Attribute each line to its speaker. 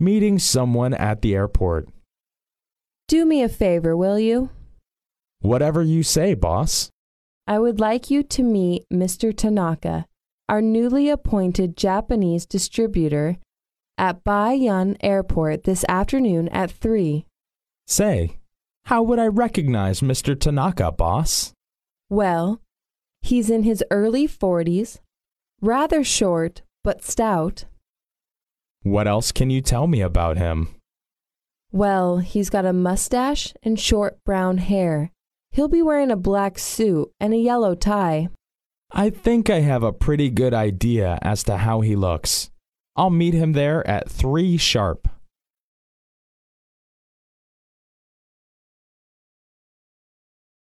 Speaker 1: meeting someone at the airport.
Speaker 2: Do me a favor, will you?
Speaker 1: Whatever you say, boss.
Speaker 2: I would like you to meet Mr. Tanaka, our newly appointed Japanese distributor at Baiyun Airport this afternoon at 3.
Speaker 1: Say, how would I recognize Mr. Tanaka, boss?
Speaker 2: Well, he's in his early 40s, rather short but stout.
Speaker 1: What else can you tell me about him?
Speaker 2: Well, he's got a mustache and short brown hair. He'll be wearing a black suit and a yellow tie.
Speaker 1: I think I have a pretty good idea as to how he looks. I'll meet him there at 3 sharp.